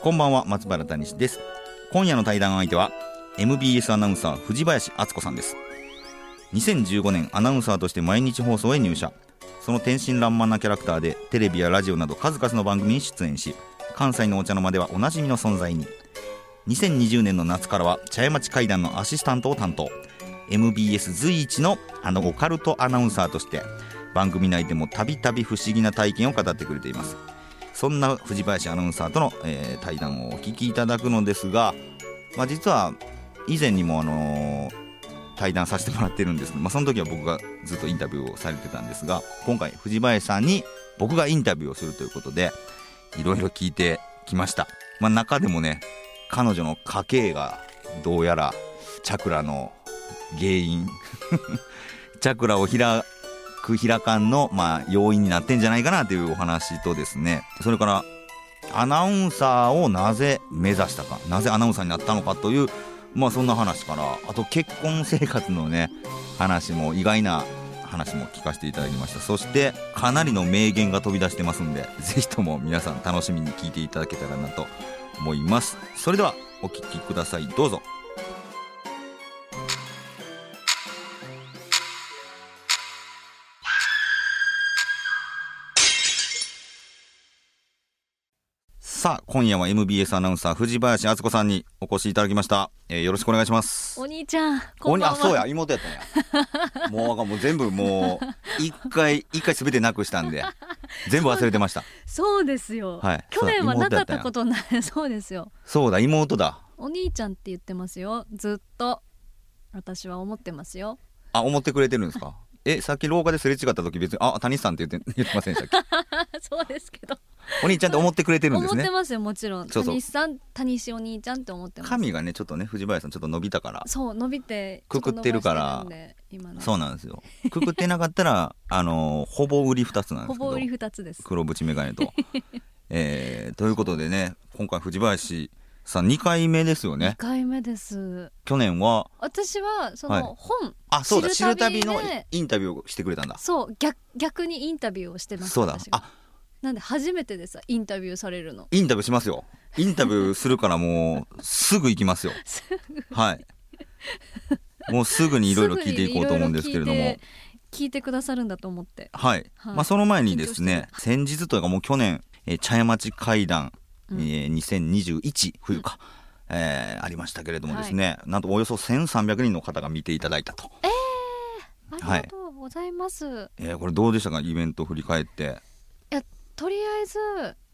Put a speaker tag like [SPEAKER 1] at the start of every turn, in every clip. [SPEAKER 1] こんばんは松原谷史です今夜の対談相手は MBS アナウンサー藤林敦子さんです2015年アナウンサーとして毎日放送へ入社その天真爛漫なキャラクターでテレビやラジオなど数々の番組に出演し関西のお茶の間ではおなじみの存在に2020年の夏からは茶屋町会談のアシスタントを担当 MBS 随一のあのオカルトアナウンサーとして番組内でもたびたび不思議な体験を語ってくれていますそんな藤林アナウンサーとの、えー対談をお聞きいただくのですが、まあ、実は以前にも、あのー対談させてもらってるんですけど、まあ、その時は僕がずっとインタビューをされてたんですが今回藤林さんに僕がインタビューをするということでいろいろ聞いてきました、まあ、中でもね彼女の家系がどうやらチャクラの原因 チャクラを開く開かんの、まあ、要因になってんじゃないかなというお話とですねそれからアナウンサーをなぜ目指したかなぜアナウンサーになったのかというまあそんな話からあと結婚生活のね話も意外な話も聞かせていただきましたそしてかなりの名言が飛び出してますんでぜひとも皆さん楽しみに聞いていただけたらなと思いますそれではお聞きくださいどうぞさあ今夜は MBS アナウンサー藤林敦子さんにお越しいただきました、えーよろしくお願いします
[SPEAKER 2] お兄ちゃん、こんばんは。
[SPEAKER 1] あそうや妹やったんや もうあかんもう全部もう一回一回全てなくしたんで全部忘れてました
[SPEAKER 2] そうですよ。
[SPEAKER 1] はい
[SPEAKER 2] 去年は
[SPEAKER 1] そうだ妹
[SPEAKER 2] なかっ
[SPEAKER 1] だった
[SPEAKER 2] た
[SPEAKER 1] よ
[SPEAKER 2] ことないそうですよ。
[SPEAKER 1] そうだ妹だ
[SPEAKER 2] お兄ちゃんって言ってますよ。ずっと。私は思ってますよ。
[SPEAKER 1] あ思ってくれてるんですか えさっき廊下ですれ違った時別にあ谷さんって言って言ってませんでしたっ け
[SPEAKER 2] そうですけど。
[SPEAKER 1] お兄ちゃんって思ってくれてるんで
[SPEAKER 2] 思
[SPEAKER 1] す
[SPEAKER 2] っ
[SPEAKER 1] ね
[SPEAKER 2] てますよ、もちろん。
[SPEAKER 1] そうそう
[SPEAKER 2] 谷さん、谷氏お兄ちゃんって思ってます。
[SPEAKER 1] 髪がねちょっとね藤林さんちょっと伸びたから
[SPEAKER 2] そう、伸びて。
[SPEAKER 1] くくってるから
[SPEAKER 2] ちょっと伸ばしてるんで今ね。
[SPEAKER 1] そうなんですよくくってなかったら あのーほぼ売り2つなんで
[SPEAKER 2] ほ
[SPEAKER 1] すけ
[SPEAKER 2] ぼ売り
[SPEAKER 1] ど
[SPEAKER 2] 二つです。
[SPEAKER 1] 黒縁眼鏡とえー、ということでね今回藤林さん2回目ですよ
[SPEAKER 2] 二
[SPEAKER 1] ね
[SPEAKER 2] 回目です。
[SPEAKER 1] 去年は
[SPEAKER 2] 私はそ
[SPEAKER 1] はい
[SPEAKER 2] の本、
[SPEAKER 1] あそうだ知
[SPEAKER 2] 知
[SPEAKER 1] る
[SPEAKER 2] る
[SPEAKER 1] 旅
[SPEAKER 2] 旅
[SPEAKER 1] の
[SPEAKER 2] で
[SPEAKER 1] インタビューをしてくれたんだ
[SPEAKER 2] そう逆逆にインタビューをしてます。
[SPEAKER 1] そうだ
[SPEAKER 2] 私が
[SPEAKER 1] あ
[SPEAKER 2] なんで初めてですインタビューされるの。
[SPEAKER 1] インタビューしますよインタビューするからもうすぐ行きますよ
[SPEAKER 2] す
[SPEAKER 1] はいもうすぐにいろいろ聞いていこうと思うんですけれど
[SPEAKER 2] すぐにい
[SPEAKER 1] も
[SPEAKER 2] ろいろ聞いて聞いてくださるんだと思って、
[SPEAKER 1] はい、
[SPEAKER 2] はい
[SPEAKER 1] まあ、その前にですね先日というかもう去年、えー茶屋町会談、
[SPEAKER 2] うん
[SPEAKER 1] えー2021冬か、えーありましたけれどもですね、なんとおよそ1300人の方が見ていただいたと、
[SPEAKER 2] ありがとうございます、い、
[SPEAKER 1] えーこれどうでしたかイベント振り返って
[SPEAKER 2] やとりあえず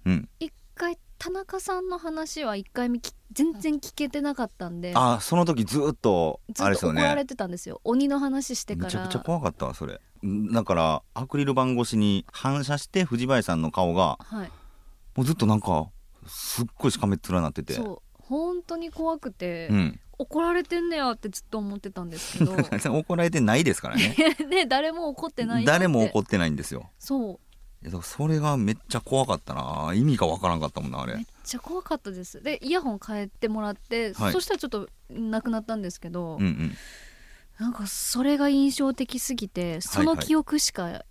[SPEAKER 1] うん
[SPEAKER 2] 一回田中さんの話は一回目き全然聞けてなかったんで
[SPEAKER 1] あーその時ずーっと
[SPEAKER 2] ず
[SPEAKER 1] あれ
[SPEAKER 2] っ
[SPEAKER 1] です
[SPEAKER 2] と
[SPEAKER 1] よ
[SPEAKER 2] 怒
[SPEAKER 1] ね
[SPEAKER 2] られてたんですよ鬼の話してから
[SPEAKER 1] めちゃくちゃ怖かったわそれんだからアクリル板越しに反射して藤林さんの顔が
[SPEAKER 2] はい
[SPEAKER 1] もうずっとなんかすっごいしかめっ面になってて
[SPEAKER 2] そう本当に怖くて、
[SPEAKER 1] ん、
[SPEAKER 2] 怒られてんねやってずっと思ってたんで すけど
[SPEAKER 1] 怒られてないですから ね
[SPEAKER 2] ね誰も怒ってないなって
[SPEAKER 1] 誰も怒ってないんですよ
[SPEAKER 2] そ
[SPEAKER 1] い
[SPEAKER 2] う
[SPEAKER 1] やだからそれがめっちゃ怖かったな意味がわからんかったもんなあれ
[SPEAKER 2] めっちゃ怖かったですでイヤホン変えてもらって、
[SPEAKER 1] はい
[SPEAKER 2] そしたらちょっとなくなったんですけど、
[SPEAKER 1] うんうん
[SPEAKER 2] なんかそれが印象的すぎてその記憶しか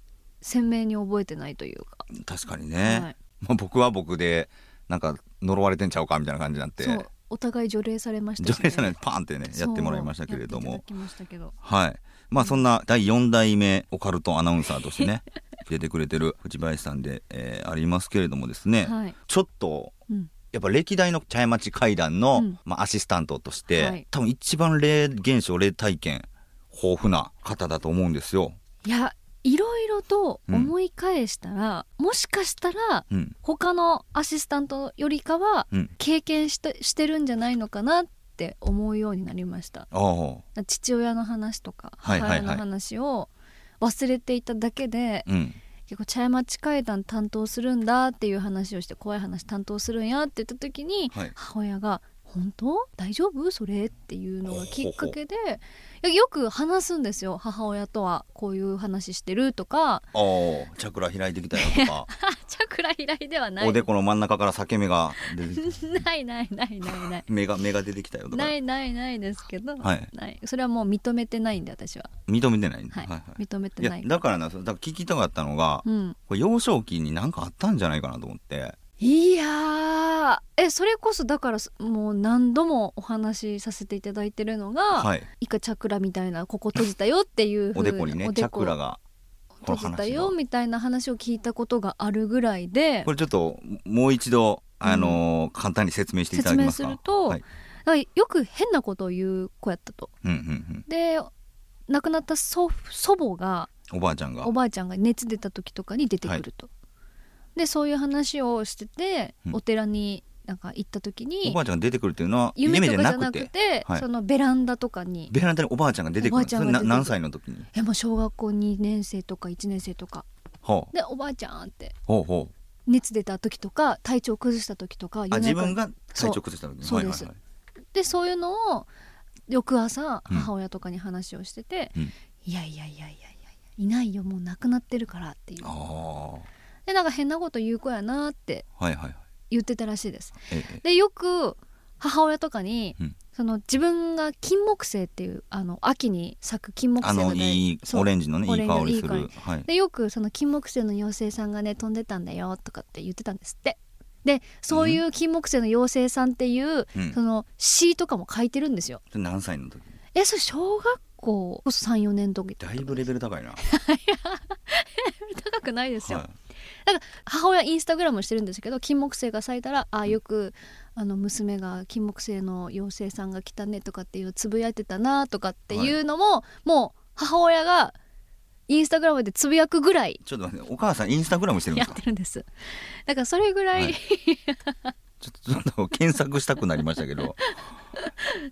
[SPEAKER 2] 鮮明に覚えてないというか、
[SPEAKER 1] 確かに
[SPEAKER 2] は
[SPEAKER 1] ね、
[SPEAKER 2] い
[SPEAKER 1] まあ、僕は僕でなんか呪われてんちゃうかみたいな感じになって
[SPEAKER 2] そうお互い除霊されました
[SPEAKER 1] 女
[SPEAKER 2] しね
[SPEAKER 1] 性さんにパンってねやってもらいましたけれど
[SPEAKER 2] そうや
[SPEAKER 1] も
[SPEAKER 2] っていただきましたけど
[SPEAKER 1] はい。まあそんな第4代目オカルトアナウンサーとして ね出てくれてる藤林さんで、えーありますけれどもですね、
[SPEAKER 2] はい、
[SPEAKER 1] ちょっと
[SPEAKER 2] うん、
[SPEAKER 1] やっぱ歴代の茶屋町会談の、
[SPEAKER 2] うん
[SPEAKER 1] まあ、アシスタントとして、
[SPEAKER 2] はい
[SPEAKER 1] 多分一番霊現象霊体験豊富な方だと思うんですよ。
[SPEAKER 2] いやいろいろと思い返したら、もしかしたら
[SPEAKER 1] うん、
[SPEAKER 2] 他のアシスタントよりかは
[SPEAKER 1] うん
[SPEAKER 2] 経験してしてるんじゃないのかなって思うようになりました
[SPEAKER 1] ああ
[SPEAKER 2] 父親の話とか
[SPEAKER 1] はい
[SPEAKER 2] 母
[SPEAKER 1] はいはい
[SPEAKER 2] 親の話を忘れていただけで、
[SPEAKER 1] うん
[SPEAKER 2] 結構茶屋町会談担当するんだっていう話をして怖い話担当するんやって言った時に、
[SPEAKER 1] はい
[SPEAKER 2] 母親が「本当大丈夫それ?」っていうのがきっかけでいやよく話すんですよ母親とはこういう話してると か
[SPEAKER 1] ああチャクラ開いてきたよとか
[SPEAKER 2] チャクラ開いでは ない
[SPEAKER 1] おでこの真ん中から裂け目が出て きた
[SPEAKER 2] ないないないないない
[SPEAKER 1] 目が目が出てきたよとか
[SPEAKER 2] ないないないですけど、
[SPEAKER 1] はい
[SPEAKER 2] ないそれはもう認めてないんで私は、
[SPEAKER 1] 認めてない、
[SPEAKER 2] はい
[SPEAKER 1] はいはい
[SPEAKER 2] 認めて
[SPEAKER 1] い
[SPEAKER 2] な
[SPEAKER 1] や
[SPEAKER 2] い
[SPEAKER 1] だからなそうだから聞きたかったのが、
[SPEAKER 2] うん、
[SPEAKER 1] これ幼少期に何かあったんじゃないかなと思って
[SPEAKER 2] いやーえそれこそだからすもう何度もお話しさせていただいてるのが、
[SPEAKER 1] はい
[SPEAKER 2] イカチャクラみたいなここ閉じたよっていう風
[SPEAKER 1] お
[SPEAKER 2] な
[SPEAKER 1] でこにねチャクラがこの
[SPEAKER 2] 閉じた
[SPEAKER 1] 話が
[SPEAKER 2] よみたいな話を聞いたことがあるぐらいで
[SPEAKER 1] これちょっともう一度あのー簡単に説明していただけますか
[SPEAKER 2] 説明すると
[SPEAKER 1] はい、
[SPEAKER 2] だからよく変なことを言う子やったと。
[SPEAKER 1] うんうんうん
[SPEAKER 2] で亡くなった祖父祖母が
[SPEAKER 1] おばあちゃんが
[SPEAKER 2] おばあちゃんが熱出た時とかに出てくると。でそういう話をしてて、
[SPEAKER 1] うん
[SPEAKER 2] お寺になんか行った時
[SPEAKER 1] お
[SPEAKER 2] に
[SPEAKER 1] ばあちゃんが出てくるっていうのは
[SPEAKER 2] 夢
[SPEAKER 1] 夢
[SPEAKER 2] と
[SPEAKER 1] じゃ
[SPEAKER 2] かじ
[SPEAKER 1] な
[SPEAKER 2] ゃな
[SPEAKER 1] く
[SPEAKER 2] く
[SPEAKER 1] て
[SPEAKER 2] て、
[SPEAKER 1] はい
[SPEAKER 2] そのベランダとかに
[SPEAKER 1] ベランダにおばあちゃんが出てく
[SPEAKER 2] おば
[SPEAKER 1] る
[SPEAKER 2] あちゃんが
[SPEAKER 1] それ
[SPEAKER 2] 出てく
[SPEAKER 1] な
[SPEAKER 2] る
[SPEAKER 1] 何歳の時に
[SPEAKER 2] えもう小学校2年生とか1年生とか
[SPEAKER 1] ほう
[SPEAKER 2] でおばあちゃんって
[SPEAKER 1] ほうほう
[SPEAKER 2] 熱出た時とか体調崩した時とか
[SPEAKER 1] あ
[SPEAKER 2] 夜中
[SPEAKER 1] 自
[SPEAKER 2] に
[SPEAKER 1] 分が体調崩した時に
[SPEAKER 2] そうそうです
[SPEAKER 1] はい
[SPEAKER 2] でそういうのを翌朝
[SPEAKER 1] うん
[SPEAKER 2] 母親とかに話をしてて「
[SPEAKER 1] うん
[SPEAKER 2] いやいやいやいやいやいないよもう亡くなってるから」っていう
[SPEAKER 1] はいはい、
[SPEAKER 2] でなんか変なこと言う子やなって
[SPEAKER 1] ああはいはいはい
[SPEAKER 2] 言ってたらしいです
[SPEAKER 1] ええ
[SPEAKER 2] でよく母親とかに、
[SPEAKER 1] うん
[SPEAKER 2] その自分が金木犀っていうあの秋に咲く金木
[SPEAKER 1] あ
[SPEAKER 2] 犀
[SPEAKER 1] のいいオレ
[SPEAKER 2] ン
[SPEAKER 1] ンジのねい
[SPEAKER 2] オ
[SPEAKER 1] い
[SPEAKER 2] レンジの
[SPEAKER 1] 香りする
[SPEAKER 2] いい
[SPEAKER 1] はい
[SPEAKER 2] でよくその金木犀の妖精さんがね飛んでたんだよとかって言ってたんですってでそういう金木犀の妖精さんっていう、
[SPEAKER 1] うん
[SPEAKER 2] その詩とかも書いてるんですよ
[SPEAKER 1] それ何歳の時
[SPEAKER 2] えそれ小学校34年の時
[SPEAKER 1] だいぶレベル高いな
[SPEAKER 2] 高くないですよ、
[SPEAKER 1] はい
[SPEAKER 2] 母親インスタグラムしてるんですけど金木犀が咲いたらあよくあの娘が金木犀の妖精さんが来たねとかっていうつぶやいてたなとかっていうのも、もう母親がインスタグラムでつぶやくぐらい
[SPEAKER 1] ちょっと待ってお母さんインスタグラムしてるんで
[SPEAKER 2] や
[SPEAKER 1] す
[SPEAKER 2] っ
[SPEAKER 1] か
[SPEAKER 2] てるんですだからそれぐらい、
[SPEAKER 1] はいちょっとちょっと検索したくなりましたけ ど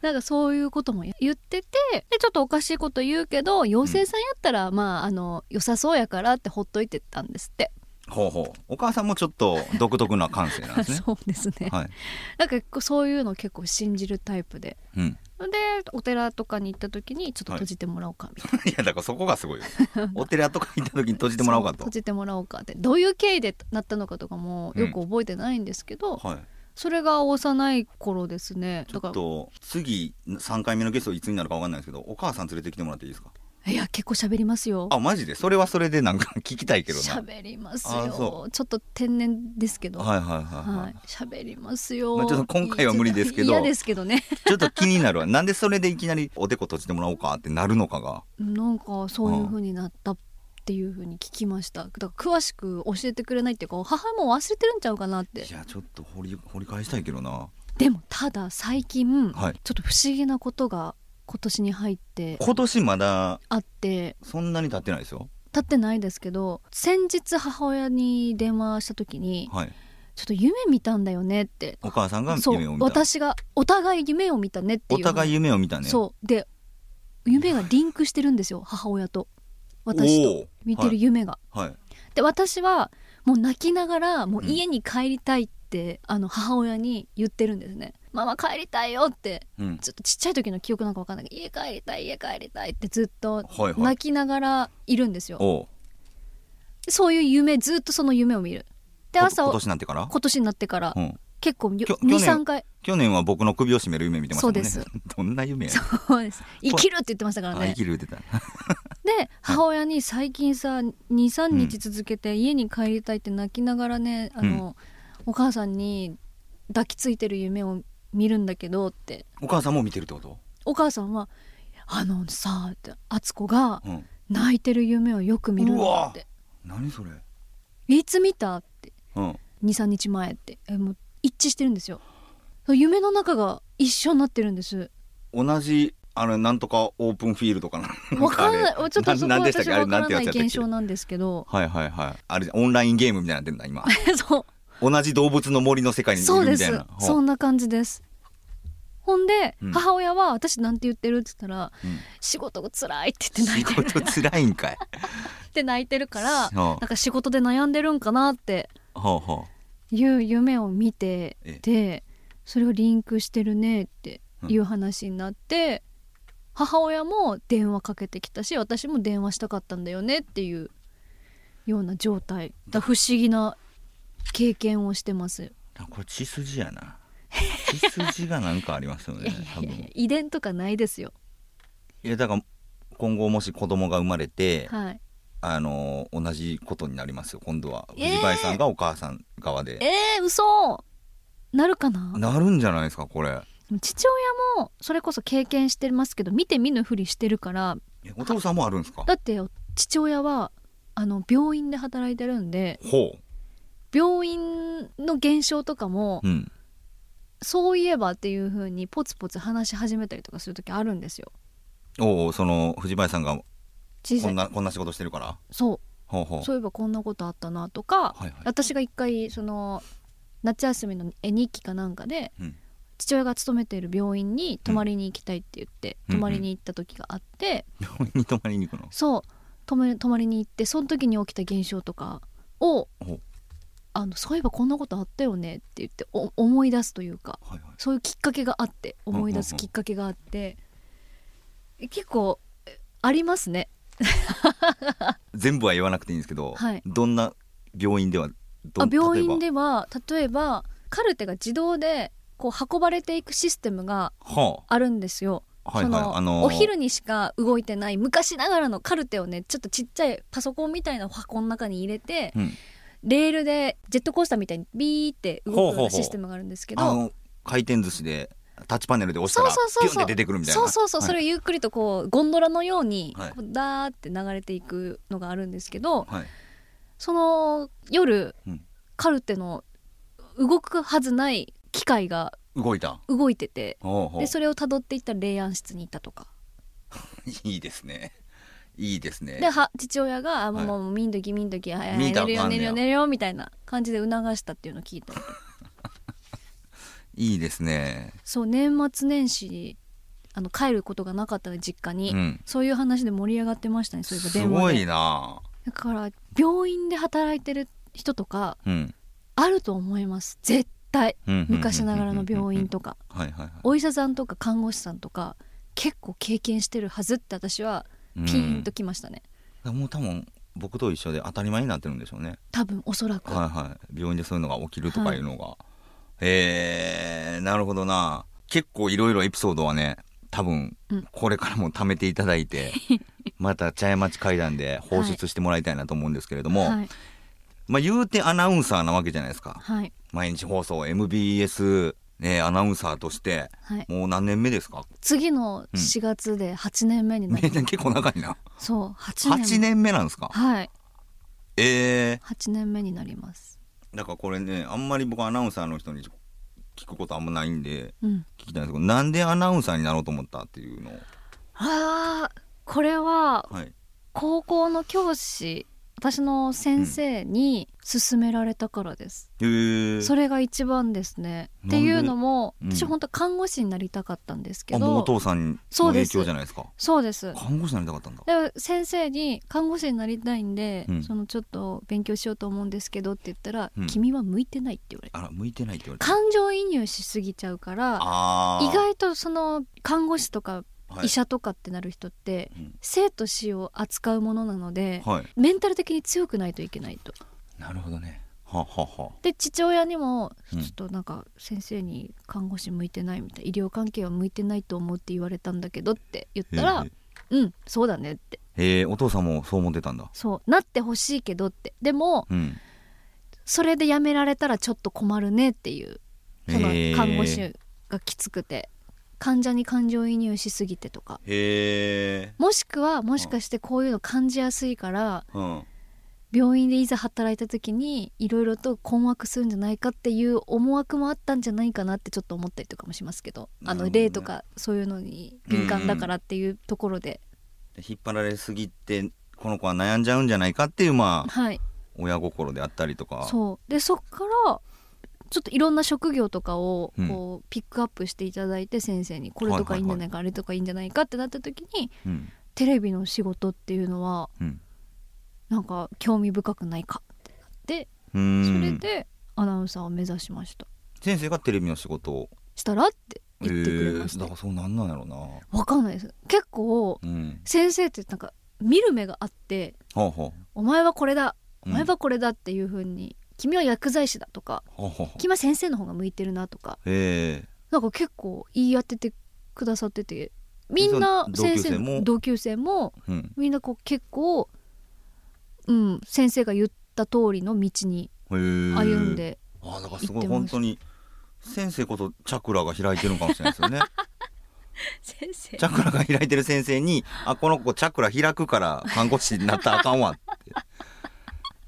[SPEAKER 2] なんかそういうことも言っててでちょっとおかしいこと言うけど妖精さんやったら、まああの良さそうやからってほっといてたんですって、
[SPEAKER 1] ほうほうお母さんもちょっと独特な感性なんですね
[SPEAKER 2] そうですね、
[SPEAKER 1] はい
[SPEAKER 2] なんかこうそういうの結構信じるタイプで
[SPEAKER 1] うん
[SPEAKER 2] でお寺とかに行った時にちょっと閉じてもらおうかみたい
[SPEAKER 1] いやだからそこがす ごいよお寺とか行った時に閉じて
[SPEAKER 2] な、
[SPEAKER 1] もらおうか と
[SPEAKER 2] 閉じてもらおうかってどういう経緯でなったのかとかもよく覚えてないんですけど、
[SPEAKER 1] はい
[SPEAKER 2] それが幼い頃ですね
[SPEAKER 1] ち
[SPEAKER 2] だ
[SPEAKER 1] ょ
[SPEAKER 2] か
[SPEAKER 1] っと次3回目のゲストいつになるか分かんないですけどお母さん連れてきてもらっていいですから
[SPEAKER 2] いや結構喋りますよ
[SPEAKER 1] あマジでそれはそれでなんか聞きたいけどなはい
[SPEAKER 2] 喋ります
[SPEAKER 1] あそ
[SPEAKER 2] よちょっと天然ですけど
[SPEAKER 1] はいはいはい、
[SPEAKER 2] はい、喋りますよ、
[SPEAKER 1] まあちょっと今回は無理ですけど
[SPEAKER 2] 嫌ですけどね
[SPEAKER 1] ちょっと気になるわなんでそれでいきなりおでこ閉じてもらおうかってなるのかが
[SPEAKER 2] なんかそういう風になったっていう風に聞きましただから詳しく教えてくれないっていうか母も忘れてるんちゃうかなって
[SPEAKER 1] いやちょっと掘り掘り返したいけどな
[SPEAKER 2] でもただ最近、
[SPEAKER 1] はい
[SPEAKER 2] ちょっと不思議なことが今年に入って
[SPEAKER 1] 今年まだ
[SPEAKER 2] あって
[SPEAKER 1] そんなに経ってないですよ
[SPEAKER 2] 立ってないですけど先日母親に電話した時に
[SPEAKER 1] はい
[SPEAKER 2] 「ちょっと夢見たんだよね」って
[SPEAKER 1] お母さんが
[SPEAKER 2] そ
[SPEAKER 1] 夢を
[SPEAKER 2] う
[SPEAKER 1] 見た
[SPEAKER 2] 私がお互い夢を見たねってい
[SPEAKER 1] お
[SPEAKER 2] う
[SPEAKER 1] 互い夢を見たね
[SPEAKER 2] そうで夢がリンクしてるんですよ母親と私と
[SPEAKER 1] おー
[SPEAKER 2] 見てる夢が。
[SPEAKER 1] はい
[SPEAKER 2] で私はもう泣きながらもううん家に帰りたいって、あの母親に言ってるんですね。ママ帰りたいよって
[SPEAKER 1] うん
[SPEAKER 2] ちょっとちっちゃい時の記憶なんかわかんないけど家帰りたい家帰りたいってずっ
[SPEAKER 1] は
[SPEAKER 2] と
[SPEAKER 1] いはい
[SPEAKER 2] 泣きながらいるんですよ。
[SPEAKER 1] おう
[SPEAKER 2] そういう夢ずっとその夢を見る。で
[SPEAKER 1] こ
[SPEAKER 2] 朝
[SPEAKER 1] 今
[SPEAKER 2] 今
[SPEAKER 1] 年なんてから
[SPEAKER 2] 年になってから
[SPEAKER 1] うん
[SPEAKER 2] 結構
[SPEAKER 1] きょ去年
[SPEAKER 2] 23回
[SPEAKER 1] 去年は僕の首を絞める夢見てましたもんね
[SPEAKER 2] そうで
[SPEAKER 1] どんな夢や
[SPEAKER 2] そうです生きるって言ってましたから
[SPEAKER 1] あ
[SPEAKER 2] ね
[SPEAKER 1] 生。きる言ってた
[SPEAKER 2] で母親に最近さ23日続けて家に帰りたいって泣きながらね、あのお母さんに抱きついてる夢を見るんだけどって
[SPEAKER 1] お母さんも見てるってこと
[SPEAKER 2] お母さんは「あのさ」って敦子が
[SPEAKER 1] うん
[SPEAKER 2] 泣いてる夢をよく見るんだって
[SPEAKER 1] 何それ
[SPEAKER 2] 「いつ見た?」って
[SPEAKER 1] うん
[SPEAKER 2] 23日前ってえもう一致してるんですよ夢の中が一緒になってるんです
[SPEAKER 1] 同じあれなんとかオープンフィールドかな
[SPEAKER 2] わかんな い
[SPEAKER 1] あれ
[SPEAKER 2] ちょっとそこ
[SPEAKER 1] な
[SPEAKER 2] は
[SPEAKER 1] んでしたっ
[SPEAKER 2] 私
[SPEAKER 1] け
[SPEAKER 2] は
[SPEAKER 1] あれ
[SPEAKER 2] わ
[SPEAKER 1] な
[SPEAKER 2] か
[SPEAKER 1] ん
[SPEAKER 2] ら
[SPEAKER 1] てや
[SPEAKER 2] な
[SPEAKER 1] つ
[SPEAKER 2] い
[SPEAKER 1] やったっけ
[SPEAKER 2] 現象なんですけど
[SPEAKER 1] はいはいはいあれオンラインゲームみたいになってんだ今
[SPEAKER 2] そう
[SPEAKER 1] 同じ動物の森の世界にい
[SPEAKER 2] そう
[SPEAKER 1] る
[SPEAKER 2] で
[SPEAKER 1] みたい
[SPEAKER 2] す
[SPEAKER 1] な。
[SPEAKER 2] そ
[SPEAKER 1] うん
[SPEAKER 2] な感じです。ほんで、
[SPEAKER 1] うん
[SPEAKER 2] 母親は私なんて言ってるって言ったら
[SPEAKER 1] うん
[SPEAKER 2] 仕事が辛いって言って泣
[SPEAKER 1] 仕
[SPEAKER 2] いてる
[SPEAKER 1] 事つらいんかい
[SPEAKER 2] って泣いてるから
[SPEAKER 1] ほ
[SPEAKER 2] なんか仕事で悩んでるんかなって
[SPEAKER 1] うほうほ
[SPEAKER 2] いう夢を見て
[SPEAKER 1] え
[SPEAKER 2] でそれをリンクしてるねっていう話になって、母親も電話かけてきたし私も電話したかったんだよねっていうような状態だ不思議な経験をしてます。
[SPEAKER 1] うこれ血筋やな血筋がなんかありますよ
[SPEAKER 2] いや
[SPEAKER 1] ね
[SPEAKER 2] いや
[SPEAKER 1] 多
[SPEAKER 2] い
[SPEAKER 1] 分
[SPEAKER 2] やいや遺伝とかないですよ。
[SPEAKER 1] いやだから今後もし子供が生まれて、
[SPEAKER 2] はい。
[SPEAKER 1] あのー同じことになりますよ今度は
[SPEAKER 2] えー
[SPEAKER 1] 藤林さんがお母さん側で、
[SPEAKER 2] えー、嘘なるかな。
[SPEAKER 1] なるんじゃないですかこれ
[SPEAKER 2] でも父親もそれこそ経験してますけど見て見ぬふりしてるから
[SPEAKER 1] えお父さんもあるんですか
[SPEAKER 2] だって父親はあの病院で働いてるんで
[SPEAKER 1] ほ
[SPEAKER 2] 病院の現象とかも、
[SPEAKER 1] ううん
[SPEAKER 2] そういえばっていう風にポツポツ話し始めたりとかする時あるんですよ
[SPEAKER 1] おおその藤林さんが
[SPEAKER 2] 小さ
[SPEAKER 1] こん
[SPEAKER 2] い
[SPEAKER 1] なこんな仕事してるから
[SPEAKER 2] そ
[SPEAKER 1] ほうほ
[SPEAKER 2] う
[SPEAKER 1] う
[SPEAKER 2] そういえばこんなことあったなとか、
[SPEAKER 1] はいはい
[SPEAKER 2] 私が一回その夏休みの絵日記かなんかで
[SPEAKER 1] うん
[SPEAKER 2] 父親が勤めている病院に泊まりに行きたいって言って、
[SPEAKER 1] うん
[SPEAKER 2] 泊まりに行った時があって、
[SPEAKER 1] 病院に泊まりに行くの
[SPEAKER 2] そう泊め泊まりに行ってその時に起きた現象とかを
[SPEAKER 1] ほ
[SPEAKER 2] あのそういえばこんなことあったよねって言ってお思い出すというか
[SPEAKER 1] はいはい
[SPEAKER 2] そういうきっかけがあって
[SPEAKER 1] んうん
[SPEAKER 2] 思い出すきっかけがあって、え結構えありますね
[SPEAKER 1] 全部は言わなくていいんですけど、
[SPEAKER 2] はい
[SPEAKER 1] どんな病院ではど
[SPEAKER 2] あ
[SPEAKER 1] ん
[SPEAKER 2] 病院
[SPEAKER 1] 例え
[SPEAKER 2] では例えばカルテが自動でこう運ばれていくシステムが
[SPEAKER 1] ばは
[SPEAKER 2] あるんですよ。
[SPEAKER 1] あはいはい
[SPEAKER 2] その
[SPEAKER 1] あのー
[SPEAKER 2] お昼にしか動いてない昔ながらのカルテをねちょっとちっちゃいパソコンみたいな箱の中に入れて、
[SPEAKER 1] うん
[SPEAKER 2] レールでジェットコースターみたいにビーって動くようなシステムがあるんですけど
[SPEAKER 1] あの回転寿司でタッチパネルで押した
[SPEAKER 2] そう
[SPEAKER 1] ら
[SPEAKER 2] そうそう
[SPEAKER 1] ピュン
[SPEAKER 2] そ
[SPEAKER 1] っ
[SPEAKER 2] う
[SPEAKER 1] て出てくるみたいな
[SPEAKER 2] そうそうそう、
[SPEAKER 1] はい
[SPEAKER 2] それをゆっくりとこうゴンドラのように
[SPEAKER 1] はい
[SPEAKER 2] こうダーって流れていくのがあるんですけど、
[SPEAKER 1] はい
[SPEAKER 2] その夜、
[SPEAKER 1] うん
[SPEAKER 2] カルテの動くはずない機械が
[SPEAKER 1] 動いた
[SPEAKER 2] 動いてて
[SPEAKER 1] ほうほう
[SPEAKER 2] でそれを辿っていったら霊安室にいたとか
[SPEAKER 1] いいですね。いいですね
[SPEAKER 2] で。は父親が「あも
[SPEAKER 1] は
[SPEAKER 2] う
[SPEAKER 1] い
[SPEAKER 2] もうみんどきみんどきはいはい
[SPEAKER 1] 見た
[SPEAKER 2] 寝
[SPEAKER 1] あ
[SPEAKER 2] るよ
[SPEAKER 1] かんね
[SPEAKER 2] 寝る
[SPEAKER 1] や
[SPEAKER 2] よ寝るよ」みたいな感じで促したっていうのを聞いたりとか
[SPEAKER 1] いいですね。
[SPEAKER 2] そう年末年始あの帰ることがなかったの実家に、
[SPEAKER 1] うん
[SPEAKER 2] そういう話で盛り上がってましたねそういえば
[SPEAKER 1] す
[SPEAKER 2] 電
[SPEAKER 1] ご
[SPEAKER 2] 話で
[SPEAKER 1] いな。
[SPEAKER 2] だから病院で働いてる人とか
[SPEAKER 1] うん。
[SPEAKER 2] あると思います絶対
[SPEAKER 1] うん
[SPEAKER 2] 昔ながらの病院。とか
[SPEAKER 1] はいはいはい。
[SPEAKER 2] お医者さんとか看護師さんとか結構経験してるはずって私は
[SPEAKER 1] うん
[SPEAKER 2] ピーンときましたね、
[SPEAKER 1] もう多分僕と一緒で当たり前になってるんでしょうね。
[SPEAKER 2] 多分おそらく、
[SPEAKER 1] はいはい。病院でそういうのが起きるとかいうのが。えー、なるほどな。結構いろいろエピソードはね、多分
[SPEAKER 2] うん
[SPEAKER 1] これからも貯めていただい て、また茶屋町会談で放出してもらいたいなと思うんですけれども、
[SPEAKER 2] はい
[SPEAKER 1] まあ言うてアナウンサーなわけじゃないですか。
[SPEAKER 2] はい
[SPEAKER 1] 毎日放送 MBS、ね、アナウンサーとして
[SPEAKER 2] はい
[SPEAKER 1] もう何年目ですか、
[SPEAKER 2] 次の4月で8年目になる、
[SPEAKER 1] 結構長いな
[SPEAKER 2] そう8年
[SPEAKER 1] 8年目なんですか
[SPEAKER 2] はい
[SPEAKER 1] ええ
[SPEAKER 2] 8年目になります
[SPEAKER 1] だからこれねあんまり僕アナウンサーの人に聞くことあんまないんで
[SPEAKER 2] うん
[SPEAKER 1] 聞きたいんですけどなんでアナウンサーになろうと思ったっていうのを
[SPEAKER 2] あーこれは
[SPEAKER 1] はい
[SPEAKER 2] 高校の教師私の先生に勧められたからです、
[SPEAKER 1] えー、
[SPEAKER 2] それが一番ですね。
[SPEAKER 1] なんで
[SPEAKER 2] っていうのも、
[SPEAKER 1] うん
[SPEAKER 2] 私本当看護師になりたかったんですけ
[SPEAKER 1] あもうお父
[SPEAKER 2] ど
[SPEAKER 1] さんの影響じゃないですか
[SPEAKER 2] そうです。
[SPEAKER 1] 看護師になりたかったんだ
[SPEAKER 2] で先生に「看護師になりたいんで、
[SPEAKER 1] うん
[SPEAKER 2] そのちょっと勉強しようと思うんですけど」って言ったら「
[SPEAKER 1] うん
[SPEAKER 2] 君は向いてない」って言われて
[SPEAKER 1] あら向いてないって言われた
[SPEAKER 2] 感情移入しすぎちゃうから
[SPEAKER 1] あー
[SPEAKER 2] 意外とその看護師とか
[SPEAKER 1] はい
[SPEAKER 2] 医者とかってなる人って、
[SPEAKER 1] うん
[SPEAKER 2] 生と死を扱うものなので、
[SPEAKER 1] はい
[SPEAKER 2] メンタル的に強くないといけないと。
[SPEAKER 1] なるほどねははは
[SPEAKER 2] で父親にもち
[SPEAKER 1] う
[SPEAKER 2] ょ
[SPEAKER 1] ん
[SPEAKER 2] っとなんか先生に看護師向いてないみたいな医療関係は向いてないと思うって言われたんだけどって言ったら
[SPEAKER 1] え
[SPEAKER 2] うんそうだねって
[SPEAKER 1] えーお父さんもそう思ってたんだ
[SPEAKER 2] そうなってほしいけどってでも
[SPEAKER 1] うん
[SPEAKER 2] それで辞められたらちょっと困るねっていうその
[SPEAKER 1] えー
[SPEAKER 2] 看護師がきつくて患者に感情移入しすぎてとか
[SPEAKER 1] へえ。
[SPEAKER 2] もしくはもしかしてこういうの感じやすいから
[SPEAKER 1] うん。
[SPEAKER 2] 病院でいざ働いた時にいろいろと困惑するんじゃないかっていう思惑もあったんじゃないかなってちょっと思ったりとかもしますけどあ
[SPEAKER 1] なるほど
[SPEAKER 2] の
[SPEAKER 1] ね
[SPEAKER 2] 例とかそういうのに敏感だからっていうところで、
[SPEAKER 1] 引っ張られすぎてこの子は悩んじゃうんじゃないかっていうまあ
[SPEAKER 2] はい
[SPEAKER 1] 親心であったりとか。
[SPEAKER 2] そうでそっからちょっといろんな職業とかを
[SPEAKER 1] うん
[SPEAKER 2] こうピックアップしていただいて先生にこれとかいいんじゃないか、あれとかいいんじゃないかってなった時に
[SPEAKER 1] うん
[SPEAKER 2] テレビの仕事っていうのは
[SPEAKER 1] うん
[SPEAKER 2] なんか興味深くないかってなって
[SPEAKER 1] う
[SPEAKER 2] そ
[SPEAKER 1] ー
[SPEAKER 2] れ
[SPEAKER 1] ん
[SPEAKER 2] でアナウンサーを目指しました
[SPEAKER 1] 先生がテレビの仕事を
[SPEAKER 2] したらって言ってくれまし
[SPEAKER 1] えー
[SPEAKER 2] た、
[SPEAKER 1] だ
[SPEAKER 2] わ
[SPEAKER 1] からそうなんなんやろうな
[SPEAKER 2] かんないです結構
[SPEAKER 1] うん
[SPEAKER 2] 先生ってなんか見る目があって
[SPEAKER 1] ほうほ
[SPEAKER 2] お前はこれだお
[SPEAKER 1] うん
[SPEAKER 2] 前はこれだっていう風に、君は薬剤師だとか
[SPEAKER 1] うほうほう
[SPEAKER 2] 君は先生の方が向いてるなとか
[SPEAKER 1] え
[SPEAKER 2] なんか結構言い当ててくださっててみんな
[SPEAKER 1] その
[SPEAKER 2] 先生の同級生も
[SPEAKER 1] えうん
[SPEAKER 2] みんなこう結構うん先生が言った通りの道に
[SPEAKER 1] へー
[SPEAKER 2] 歩んで、
[SPEAKER 1] あだからすごい
[SPEAKER 2] 行ってま
[SPEAKER 1] 本
[SPEAKER 2] した
[SPEAKER 1] 当に先生ことチャクラが開いてるのかもしれないですよね
[SPEAKER 2] 先生
[SPEAKER 1] チャクラが開いてる先生にあこの子チャクラ開くから看護師になったらあかんわって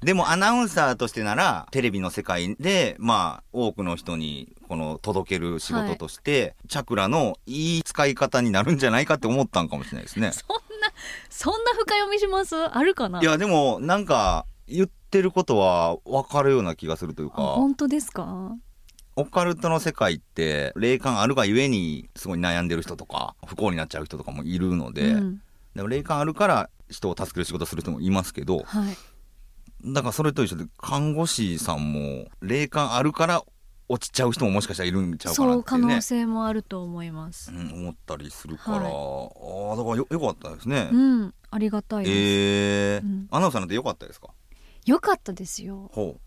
[SPEAKER 1] でもアナウンサーとしてならテレビの世界でまあ多くの人にこの届ける仕事として、チャクラのいい使い方になるんじゃないかって思ったんかもしれないですね
[SPEAKER 2] そんなそんな深読みしますあるかない
[SPEAKER 1] やでもなんか言ってることは分かるような気がするという
[SPEAKER 2] あ
[SPEAKER 1] か
[SPEAKER 2] 本当ですか
[SPEAKER 1] オカルトの世界って霊感あるがゆえにすごい悩んでる人とか不幸になっちゃう人とかもいるので、
[SPEAKER 2] うん
[SPEAKER 1] でも霊感あるから人を助ける仕事する人もいますけど
[SPEAKER 2] はい、
[SPEAKER 1] だからそれと一緒で看護師さんも霊感あるから落ちちゃう人ももしかしたらいるんちゃうかな
[SPEAKER 2] そう
[SPEAKER 1] って
[SPEAKER 2] 可
[SPEAKER 1] いうね
[SPEAKER 2] 能、性もあると思います
[SPEAKER 1] うん、思ったりするから、
[SPEAKER 2] はい
[SPEAKER 1] あーだからよよかったですね
[SPEAKER 2] うん、。ありがたいです、
[SPEAKER 1] えー
[SPEAKER 2] うん
[SPEAKER 1] アナウンサーなんてよかったですか
[SPEAKER 2] よかったですよ
[SPEAKER 1] ほ
[SPEAKER 2] っ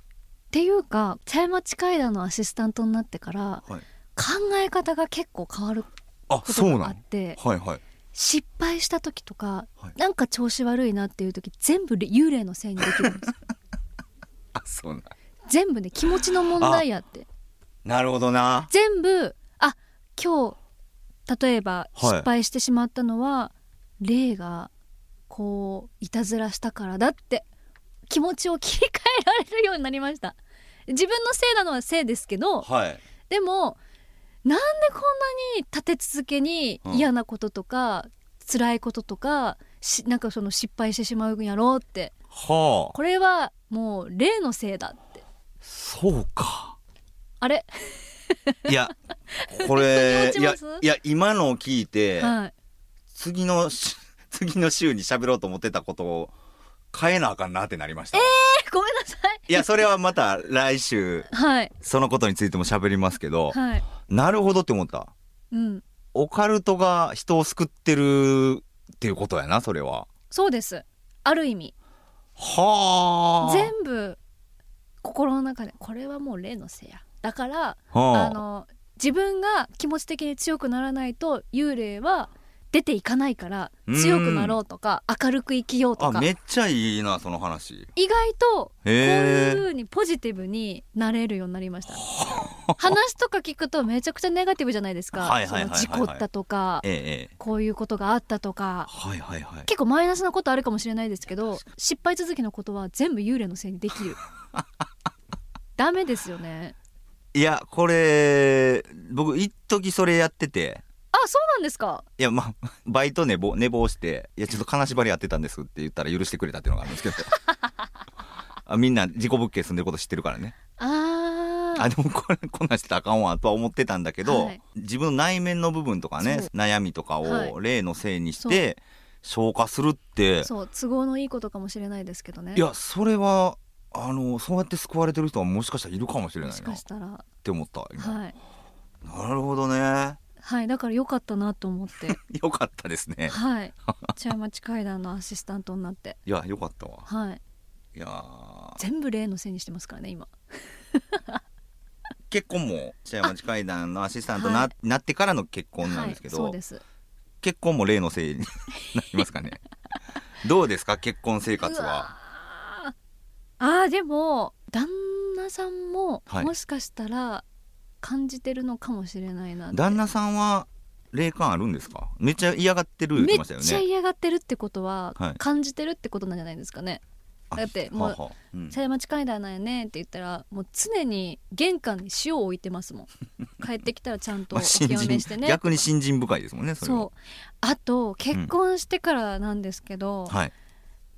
[SPEAKER 2] ていうか茶屋町会談のアシスタントになってから
[SPEAKER 1] う、はい、
[SPEAKER 2] 考え方が結構変わる
[SPEAKER 1] あ
[SPEAKER 2] こ
[SPEAKER 1] そうな
[SPEAKER 2] とがあ
[SPEAKER 1] の
[SPEAKER 2] って
[SPEAKER 1] はいはい
[SPEAKER 2] 失敗した時とか、
[SPEAKER 1] はい
[SPEAKER 2] なんか調子悪いなっていう時全部幽霊のせいにでき るんですよ
[SPEAKER 1] あそうな
[SPEAKER 2] 全部ね気持ちの問題やって
[SPEAKER 1] なるほどな
[SPEAKER 2] 全部あ今日例えば
[SPEAKER 1] はい
[SPEAKER 2] 失敗してしまったのは、霊がこういたずらしたからだって気持ちを切り替えられるようになりました自分のせいなのはせいですけど
[SPEAKER 1] はい
[SPEAKER 2] でもなんでこんなに立て続けに嫌なこととか、辛いこととかしなんかその失敗してしまうんやろうって
[SPEAKER 1] はあ
[SPEAKER 2] これはもう霊のせいだって
[SPEAKER 1] そうか
[SPEAKER 2] あれ、
[SPEAKER 1] い や、これ、
[SPEAKER 2] 本当
[SPEAKER 1] い
[SPEAKER 2] に
[SPEAKER 1] や
[SPEAKER 2] 落ちます、
[SPEAKER 1] いや、今のを聞いて、
[SPEAKER 2] はい
[SPEAKER 1] 次の し、次の週に喋ろうと思ってたことを変えなあかんなってなりました。
[SPEAKER 2] えごめんなさい
[SPEAKER 1] いや、それはまた来週、
[SPEAKER 2] はい
[SPEAKER 1] そのことについても喋りますけど、
[SPEAKER 2] はい
[SPEAKER 1] なるほどって思った。
[SPEAKER 2] うん
[SPEAKER 1] オカルトが人を救ってるっていうことやな、それは。
[SPEAKER 2] そうですある意味
[SPEAKER 1] はあ。
[SPEAKER 2] 全部心の中でこれはもう霊のせいやだから
[SPEAKER 1] は
[SPEAKER 2] あの自分が気持ち的に強くならないと幽霊は出ていかないから
[SPEAKER 1] うん
[SPEAKER 2] 強くなろうとか明るく生きようと
[SPEAKER 1] あ、
[SPEAKER 2] か
[SPEAKER 1] めっちゃいいな、その話。
[SPEAKER 2] 意外とこうい
[SPEAKER 1] へ
[SPEAKER 2] う
[SPEAKER 1] え。
[SPEAKER 2] 風にポジティブになれるようになり ました話とか聞くとめちゃくちゃネガティブじゃないですか
[SPEAKER 1] はい
[SPEAKER 2] そ
[SPEAKER 1] はいはい
[SPEAKER 2] の
[SPEAKER 1] はいはい
[SPEAKER 2] 事故ったとか
[SPEAKER 1] ええ、ええ。
[SPEAKER 2] こういうことがあったとか
[SPEAKER 1] はいはいはい。
[SPEAKER 2] 結構マイナスなことあるかもしれないですけど失敗続きのことは全部幽霊のせいにで きるダメですよね
[SPEAKER 1] いや、これ、僕、一時それやってて、
[SPEAKER 2] あそうなんですか
[SPEAKER 1] いや、まあ、 バイト寝坊、寝坊して、いや、ちょっと金縛りやってたんですって言ったら許してくれたっていうのがあるんですけど。 あみんな事故物件住んでること知ってるからね。
[SPEAKER 2] あ
[SPEAKER 1] あ、
[SPEAKER 2] ー
[SPEAKER 1] でもこれ、こんなんしてたらあかんわとは思ってたんだけど、
[SPEAKER 2] はい
[SPEAKER 1] 自分の内面の部分とかね
[SPEAKER 2] そう、
[SPEAKER 1] 悩みとか
[SPEAKER 2] はい
[SPEAKER 1] を例のせいにして、消化するって、
[SPEAKER 2] そう都合のいいことかもしれないですけどね
[SPEAKER 1] いや、それは、あの、そうやって救われてる人はもしかしたらいるかもしれ
[SPEAKER 2] も
[SPEAKER 1] ない
[SPEAKER 2] し
[SPEAKER 1] な
[SPEAKER 2] か
[SPEAKER 1] っ
[SPEAKER 2] したら
[SPEAKER 1] て思った。今
[SPEAKER 2] はい
[SPEAKER 1] なるほどね。
[SPEAKER 2] はいだから良かったなと思って
[SPEAKER 1] よかったですね。
[SPEAKER 2] はい茶屋町会談のアシスタントになって
[SPEAKER 1] いや、よかったわ。
[SPEAKER 2] はい
[SPEAKER 1] いやー
[SPEAKER 2] 全部霊のせいにしてますからね今
[SPEAKER 1] 結婚も茶屋町会談のアシスタントな,、なってからの結婚なんですけど、
[SPEAKER 2] はい、そうです
[SPEAKER 1] 結婚も例のせいになりますか ねどうですか結婚生活
[SPEAKER 2] う
[SPEAKER 1] は
[SPEAKER 2] わーあーでも旦那さんも
[SPEAKER 1] はい
[SPEAKER 2] もしかしたら感じてるのかもしれないなって、
[SPEAKER 1] 旦那さんは霊感あるんですかめっちゃ嫌がってる言っ
[SPEAKER 2] め
[SPEAKER 1] て
[SPEAKER 2] っ
[SPEAKER 1] ましたよ
[SPEAKER 2] ちゃ
[SPEAKER 1] ね
[SPEAKER 2] 嫌がってるってことは、
[SPEAKER 1] はい
[SPEAKER 2] 感じてるってことなんじゃないですかね
[SPEAKER 1] あ
[SPEAKER 2] だってもう
[SPEAKER 1] はあはあうん
[SPEAKER 2] 「茶屋町階段なんやね」って言ったらもう常に玄関に塩を置いてま すもん帰ってきたらちゃんと
[SPEAKER 1] ま
[SPEAKER 2] お
[SPEAKER 1] あ新
[SPEAKER 2] 清めして
[SPEAKER 1] 人
[SPEAKER 2] ね、
[SPEAKER 1] 逆に信心深いですもんねそれは
[SPEAKER 2] そうあと結婚してからなんですけど、
[SPEAKER 1] はい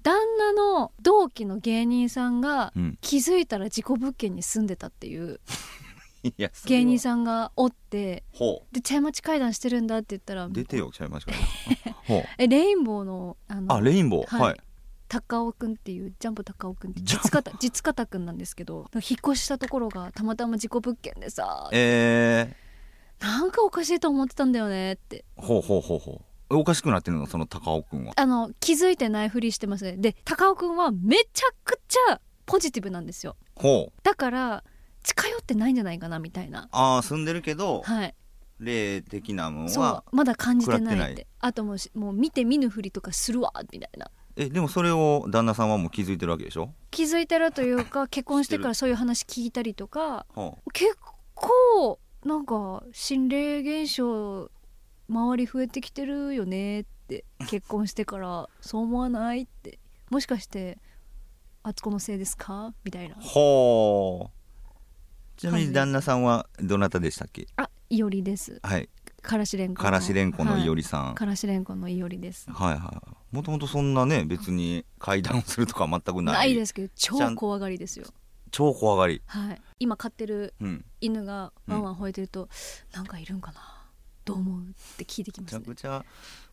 [SPEAKER 2] 旦那の同期の芸人さんが
[SPEAKER 1] うん
[SPEAKER 2] 気づいたら事故物件に住んでたっていう
[SPEAKER 1] いやそれは
[SPEAKER 2] 芸人さんがおって
[SPEAKER 1] ほ
[SPEAKER 2] で茶屋町会談してるんだって言ったら
[SPEAKER 1] う出てよちゃいました ほう
[SPEAKER 2] えレインボーのあの
[SPEAKER 1] あレインボー
[SPEAKER 2] は
[SPEAKER 1] はいい
[SPEAKER 2] 高尾くんっていうジャンプ高尾くんって
[SPEAKER 1] ジャン
[SPEAKER 2] 実方実方くんなんですけど引っ越したところがたまたま事故物件でさ
[SPEAKER 1] え
[SPEAKER 2] なんかおかしいと思ってたんだよねって
[SPEAKER 1] ー、ほうほうほうほうえおかしくなってるのその高尾くんは
[SPEAKER 2] あの気づいてないふりしてますねで高尾くんはめちゃくちゃポジティブなんですよ
[SPEAKER 1] ほう
[SPEAKER 2] だから近寄ってないんじゃないかなみたいな
[SPEAKER 1] ああ住んでるけど
[SPEAKER 2] はい
[SPEAKER 1] 霊的なもの
[SPEAKER 2] そ
[SPEAKER 1] は
[SPEAKER 2] うまだ感じてないって
[SPEAKER 1] 食らってない
[SPEAKER 2] あともうしもう見て見ぬふりとかするわみたいな
[SPEAKER 1] えでもそれを旦那さんはもう気づいてるわけでしょ
[SPEAKER 2] 気づいてるというか結婚してからそういう話聞いたりとか
[SPEAKER 1] ほう
[SPEAKER 2] 結構なんか心霊現象周り増えてきてるよねって結婚してからそう思わないってもしかしてあつこのせいですかみたいな
[SPEAKER 1] ほうちなみに旦那さんはどなたでしたっけ
[SPEAKER 2] あいおりです
[SPEAKER 1] はい
[SPEAKER 2] からしれんこの
[SPEAKER 1] からしれんこのいお
[SPEAKER 2] り
[SPEAKER 1] りさん、
[SPEAKER 2] からしれんこのいおりです
[SPEAKER 1] はいはいもともとそんなね別に階段をするとか全くない
[SPEAKER 2] ないですけど
[SPEAKER 1] ちゃ
[SPEAKER 2] 超
[SPEAKER 1] ん
[SPEAKER 2] 怖がりですよ
[SPEAKER 1] 超怖がり
[SPEAKER 2] はい今飼ってる
[SPEAKER 1] うん
[SPEAKER 2] 犬がワンワン吠えてると、なんかいるんかなどう思うって聞いてき
[SPEAKER 1] め
[SPEAKER 2] ま
[SPEAKER 1] ち
[SPEAKER 2] す
[SPEAKER 1] ゃ
[SPEAKER 2] ね
[SPEAKER 1] くちゃ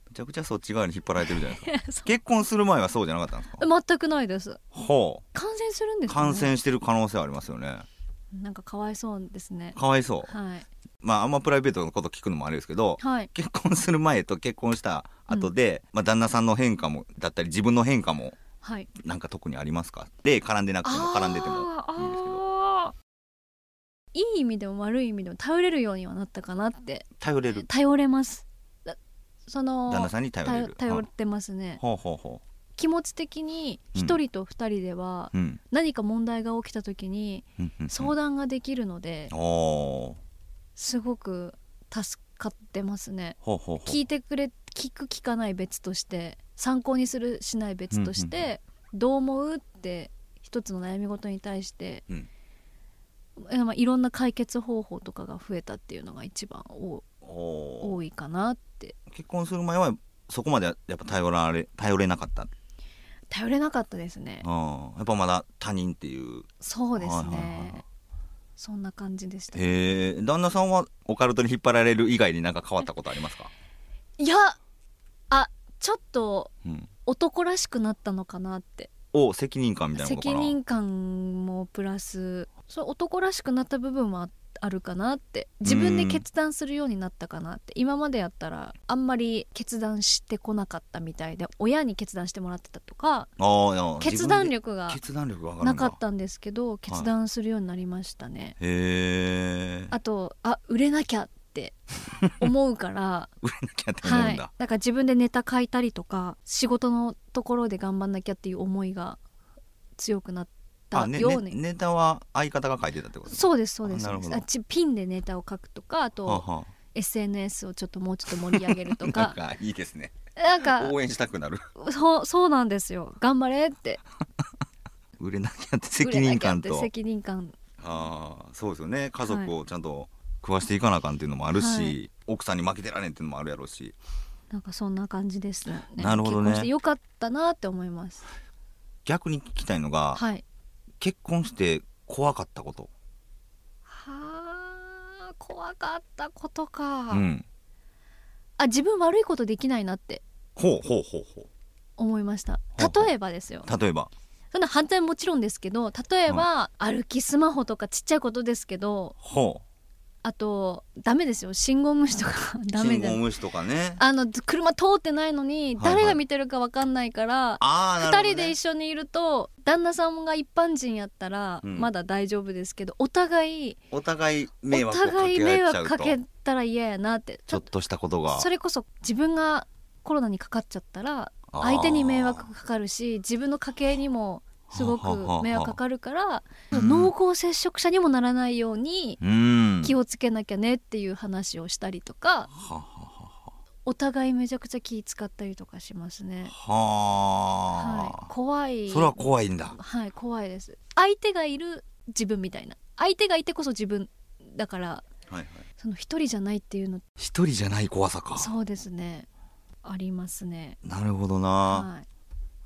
[SPEAKER 1] めちゃくちゃそっち側に引っ張られてるじゃないですか
[SPEAKER 2] そう
[SPEAKER 1] 結婚する前はそうじゃなかったんですか
[SPEAKER 2] 全くないです
[SPEAKER 1] ほ
[SPEAKER 2] 感染するんで
[SPEAKER 1] う
[SPEAKER 2] すかね
[SPEAKER 1] 感染してる可能性はありますよね
[SPEAKER 2] なんかかわいそうですね。
[SPEAKER 1] かわいそう
[SPEAKER 2] はい。
[SPEAKER 1] まああんまプライベートのこと聞くのもあれですけど
[SPEAKER 2] はい。
[SPEAKER 1] 結婚する前と結婚した後で、まあ旦那さんの変化もだったり自分の変化も
[SPEAKER 2] はい。
[SPEAKER 1] なんか特にありますかで絡んでなくても絡んでても
[SPEAKER 2] あー
[SPEAKER 1] いいんですけど
[SPEAKER 2] あーいい意味でも悪い意味でも頼れるようにはなったかなって。
[SPEAKER 1] 頼れる
[SPEAKER 2] 頼れます。だその
[SPEAKER 1] 旦那さんに頼れる
[SPEAKER 2] 頼頼
[SPEAKER 1] う
[SPEAKER 2] っ
[SPEAKER 1] ん
[SPEAKER 2] てますね。
[SPEAKER 1] ほうほうほ
[SPEAKER 2] 気持ち的に一人と二人では
[SPEAKER 1] ううん
[SPEAKER 2] 何か問題が起きた時に
[SPEAKER 1] うんうんうん
[SPEAKER 2] 相談ができるので
[SPEAKER 1] おー
[SPEAKER 2] すごく助かってますね。
[SPEAKER 1] ほうほうほう
[SPEAKER 2] 聞いてくれ聞く聞かない別として参考にするしない別として、
[SPEAKER 1] うんうん
[SPEAKER 2] どう思うって一つの悩み事に対して、
[SPEAKER 1] うん
[SPEAKER 2] えまあ、いろんな解決方法とかが増えたっていうのが一番お
[SPEAKER 1] おー
[SPEAKER 2] 多いかなって
[SPEAKER 1] 結婚する前はそこまでやっぱ頼られ頼れなかった
[SPEAKER 2] 頼れなかったですね
[SPEAKER 1] あやっぱまだ他人っていう
[SPEAKER 2] そうですね、
[SPEAKER 1] はいはいはい
[SPEAKER 2] そんな感じでしたい
[SPEAKER 1] へえ旦那さんはオカルトに引っ張られる以外になんか変わったことありますか、
[SPEAKER 2] やあちょっと
[SPEAKER 1] うん、
[SPEAKER 2] 男らしくなったのかなって
[SPEAKER 1] お責任感みたいなことか
[SPEAKER 2] 責
[SPEAKER 1] な
[SPEAKER 2] 任感もプラスそう男らしくなった部分はあるかなって自分で決断するようになったかなって今までやったらあんまり決断してこなかったみたいで親に決断してもらってたとか
[SPEAKER 1] ああいや
[SPEAKER 2] 決断
[SPEAKER 1] 自
[SPEAKER 2] 力
[SPEAKER 1] 分
[SPEAKER 2] が
[SPEAKER 1] で決断力が上がる
[SPEAKER 2] なん
[SPEAKER 1] だ
[SPEAKER 2] かったんですけど決断するようになりましたね、
[SPEAKER 1] へえ
[SPEAKER 2] あとあ売れなきゃって思 うから
[SPEAKER 1] 売れなきゃって思
[SPEAKER 2] は
[SPEAKER 1] うん
[SPEAKER 2] い
[SPEAKER 1] だ、
[SPEAKER 2] だから自分でネタ書いたりとか仕事のところで頑張んなきゃっていう思いが強くなった
[SPEAKER 1] あね
[SPEAKER 2] ように、
[SPEAKER 1] ねネタは相方が書いてたってことう
[SPEAKER 2] そうですそうです
[SPEAKER 1] あなる
[SPEAKER 2] そう
[SPEAKER 1] ほ
[SPEAKER 2] で
[SPEAKER 1] ど
[SPEAKER 2] すあちピンでネタを書くとかあ
[SPEAKER 1] は
[SPEAKER 2] と
[SPEAKER 1] あは
[SPEAKER 2] SNS をちょっともうちょっと盛り上げると
[SPEAKER 1] あ、 なん
[SPEAKER 2] か
[SPEAKER 1] かいいですね
[SPEAKER 2] なんか
[SPEAKER 1] 応援したくな る
[SPEAKER 2] そうそうなんですよ頑張れって
[SPEAKER 1] 売れなきゃって責任感
[SPEAKER 2] 売れなきゃっ
[SPEAKER 1] と
[SPEAKER 2] て責任感
[SPEAKER 1] ああそうですよね家族をちゃんと食わしていかなあかんっていうのもあるし、
[SPEAKER 2] はい
[SPEAKER 1] 奥さんに負けてられんっていうのもあるやろうし
[SPEAKER 2] なんかそんな感じですね
[SPEAKER 1] なるほどね
[SPEAKER 2] 結婚してよかったなって思います
[SPEAKER 1] 逆に聞きたいのが、
[SPEAKER 2] はい
[SPEAKER 1] 結婚して怖かったこと、
[SPEAKER 2] はあ怖かったことか、
[SPEAKER 1] うん、
[SPEAKER 2] あ自分悪いことできないなって
[SPEAKER 1] ほうほうほうほ
[SPEAKER 2] 思いました
[SPEAKER 1] ほうほう
[SPEAKER 2] 例えばですよ
[SPEAKER 1] う例えば
[SPEAKER 2] そんな反対もちろんですけど例えば、歩きスマホとかちっちゃいことですけど
[SPEAKER 1] ほ
[SPEAKER 2] あとダメですよ信号無視とか
[SPEAKER 1] う
[SPEAKER 2] ダメ
[SPEAKER 1] 信
[SPEAKER 2] だ
[SPEAKER 1] 号無視とかね
[SPEAKER 2] あの車通ってないのに
[SPEAKER 1] はいはい
[SPEAKER 2] 誰が見てるかわかんないから、
[SPEAKER 1] あ
[SPEAKER 2] 二
[SPEAKER 1] あなるほど、
[SPEAKER 2] 人
[SPEAKER 1] ね、
[SPEAKER 2] で一緒にいると旦那さんが一般人やったら
[SPEAKER 1] うん
[SPEAKER 2] まだ大丈夫ですけど、お互い
[SPEAKER 1] お互い迷
[SPEAKER 2] お
[SPEAKER 1] 惑をか
[SPEAKER 2] 互い
[SPEAKER 1] け
[SPEAKER 2] 迷
[SPEAKER 1] 合っちゃ
[SPEAKER 2] 惑
[SPEAKER 1] う
[SPEAKER 2] か
[SPEAKER 1] と
[SPEAKER 2] けたら嫌やなって
[SPEAKER 1] ちょっとしたことが
[SPEAKER 2] それこそ自分がコロナにかかっちゃったら
[SPEAKER 1] あー
[SPEAKER 2] 相手に迷惑かかるし自分の家計にもすご
[SPEAKER 1] はははは
[SPEAKER 2] く迷惑かかるから
[SPEAKER 1] うん
[SPEAKER 2] 濃厚接触者にもならないように
[SPEAKER 1] うん
[SPEAKER 2] 気をつけなきゃねっていう話をしたりとか
[SPEAKER 1] はは
[SPEAKER 2] お互いめちゃくちゃ気使ったりとかしますね。
[SPEAKER 1] は
[SPEAKER 2] はい、怖い
[SPEAKER 1] それは怖いんだ
[SPEAKER 2] はい怖いです相手がいる自分みたいな相手がいてこそ自分だから
[SPEAKER 1] はいはい
[SPEAKER 2] その一人じゃないっていうの
[SPEAKER 1] 一人じゃない怖さか
[SPEAKER 2] そうですねありますね
[SPEAKER 1] なるほどな、
[SPEAKER 2] はい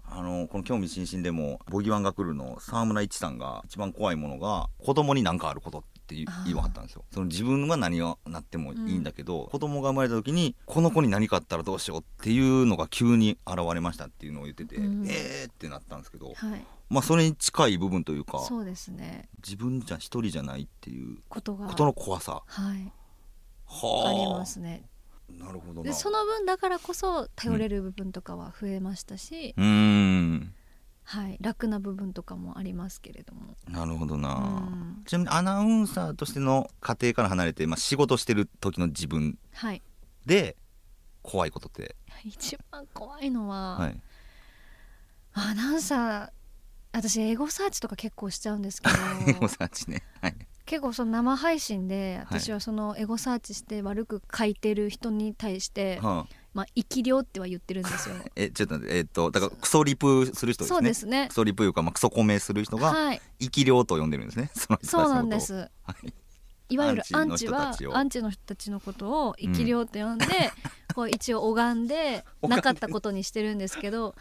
[SPEAKER 1] あのこの「興味津々」でも「ボギワンが来る」の沢村一さんが一番怖いものが子供に何かあることってって言い
[SPEAKER 2] あー
[SPEAKER 1] 言わはったんですよその自分が何をなってもいいんだけど、子供が生まれた時にこの子に何かあったらどうしようっていうのが急に現れましたっていうのを言ってて、
[SPEAKER 2] うん
[SPEAKER 1] えーってなったんですけど、
[SPEAKER 2] はい、
[SPEAKER 1] まあそれに近い部分というか
[SPEAKER 2] そうですね
[SPEAKER 1] 自分じゃ一人じゃないっていう
[SPEAKER 2] ことが
[SPEAKER 1] ことの怖さ
[SPEAKER 2] はい
[SPEAKER 1] は
[SPEAKER 2] ありますね
[SPEAKER 1] なるほどな
[SPEAKER 2] でその分だからこそ頼れる部分とかは増えましたし、
[SPEAKER 1] うーん
[SPEAKER 2] はい、楽な部分とかもありますけれども、
[SPEAKER 1] なるほど
[SPEAKER 2] う
[SPEAKER 1] な、
[SPEAKER 2] ん
[SPEAKER 1] ちなみにアナウンサーとしての家庭から離れて、まあ、仕事してる時の自分
[SPEAKER 2] はい、
[SPEAKER 1] で怖いことって、
[SPEAKER 2] 一番怖いのは、
[SPEAKER 1] はい、
[SPEAKER 2] アナウンサー私英語サーチとか結構しちゃうんで すけ
[SPEAKER 1] お
[SPEAKER 2] ど
[SPEAKER 1] さちね、はい、
[SPEAKER 2] 結構その生配信で
[SPEAKER 1] はい
[SPEAKER 2] 私はそのエゴサーチして悪く書いてる人に対して、
[SPEAKER 1] はあ、
[SPEAKER 2] まあ生き量っては言ってるんですよ
[SPEAKER 1] えちょっと待ってえっとだからクソリプする人ですね
[SPEAKER 2] そうですね
[SPEAKER 1] クソリプいうか、まあ、クソコメする人が
[SPEAKER 2] はい
[SPEAKER 1] 生き量と呼んでるんですね その人たちの
[SPEAKER 2] そう
[SPEAKER 1] こ
[SPEAKER 2] なん
[SPEAKER 1] とを
[SPEAKER 2] で、す
[SPEAKER 1] はい、
[SPEAKER 2] いわゆるア
[SPEAKER 1] ア
[SPEAKER 2] ン
[SPEAKER 1] ン
[SPEAKER 2] チ
[SPEAKER 1] チ
[SPEAKER 2] は
[SPEAKER 1] の人たちを
[SPEAKER 2] アンチの人たちのことを生き量って呼んで、 こう一応拝んで
[SPEAKER 1] 拝んで
[SPEAKER 2] なかったことにしてるんですけど